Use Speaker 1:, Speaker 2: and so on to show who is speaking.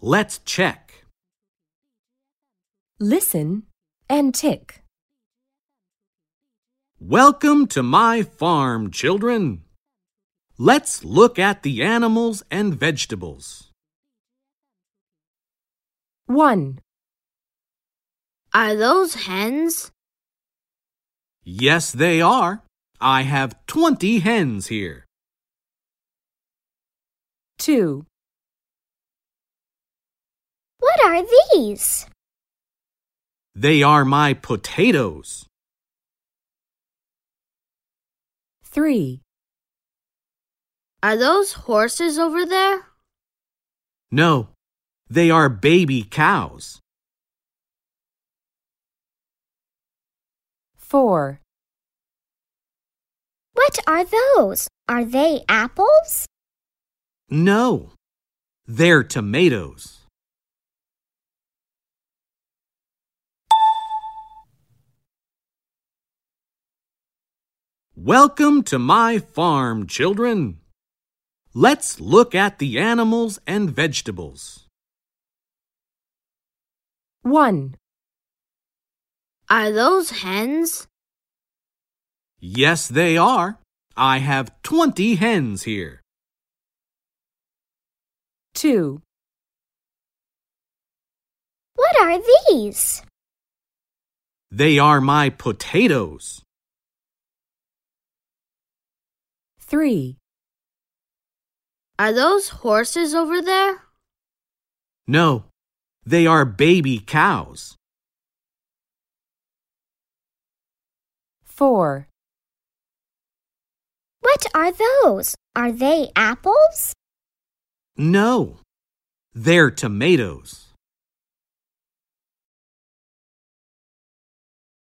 Speaker 1: Let's check.
Speaker 2: Listen and tick.
Speaker 1: Welcome to my farm, children. Let's look at the animals and vegetables.
Speaker 2: 1.
Speaker 3: Are those hens?
Speaker 1: Yes, they are. I have 20 hens here.
Speaker 2: 2.
Speaker 3: What are these?
Speaker 1: They are my potatoes.
Speaker 2: 3.
Speaker 3: Are those horses over there?
Speaker 1: No, they are baby cows.
Speaker 2: 4.
Speaker 3: What are those? Are they apples?
Speaker 1: No, they're tomatoes. Welcome to my farm, children. Let's look at the animals and vegetables.
Speaker 2: 1.
Speaker 3: Are those hens?
Speaker 1: Yes, they are. I have 20 hens here.
Speaker 2: 2.
Speaker 3: What are these?
Speaker 1: They are my potatoes.
Speaker 2: 3.
Speaker 3: Are those horses over there?
Speaker 1: No, they are baby cows.
Speaker 2: 4.
Speaker 3: What are those? Are they apples?
Speaker 1: No, they're tomatoes.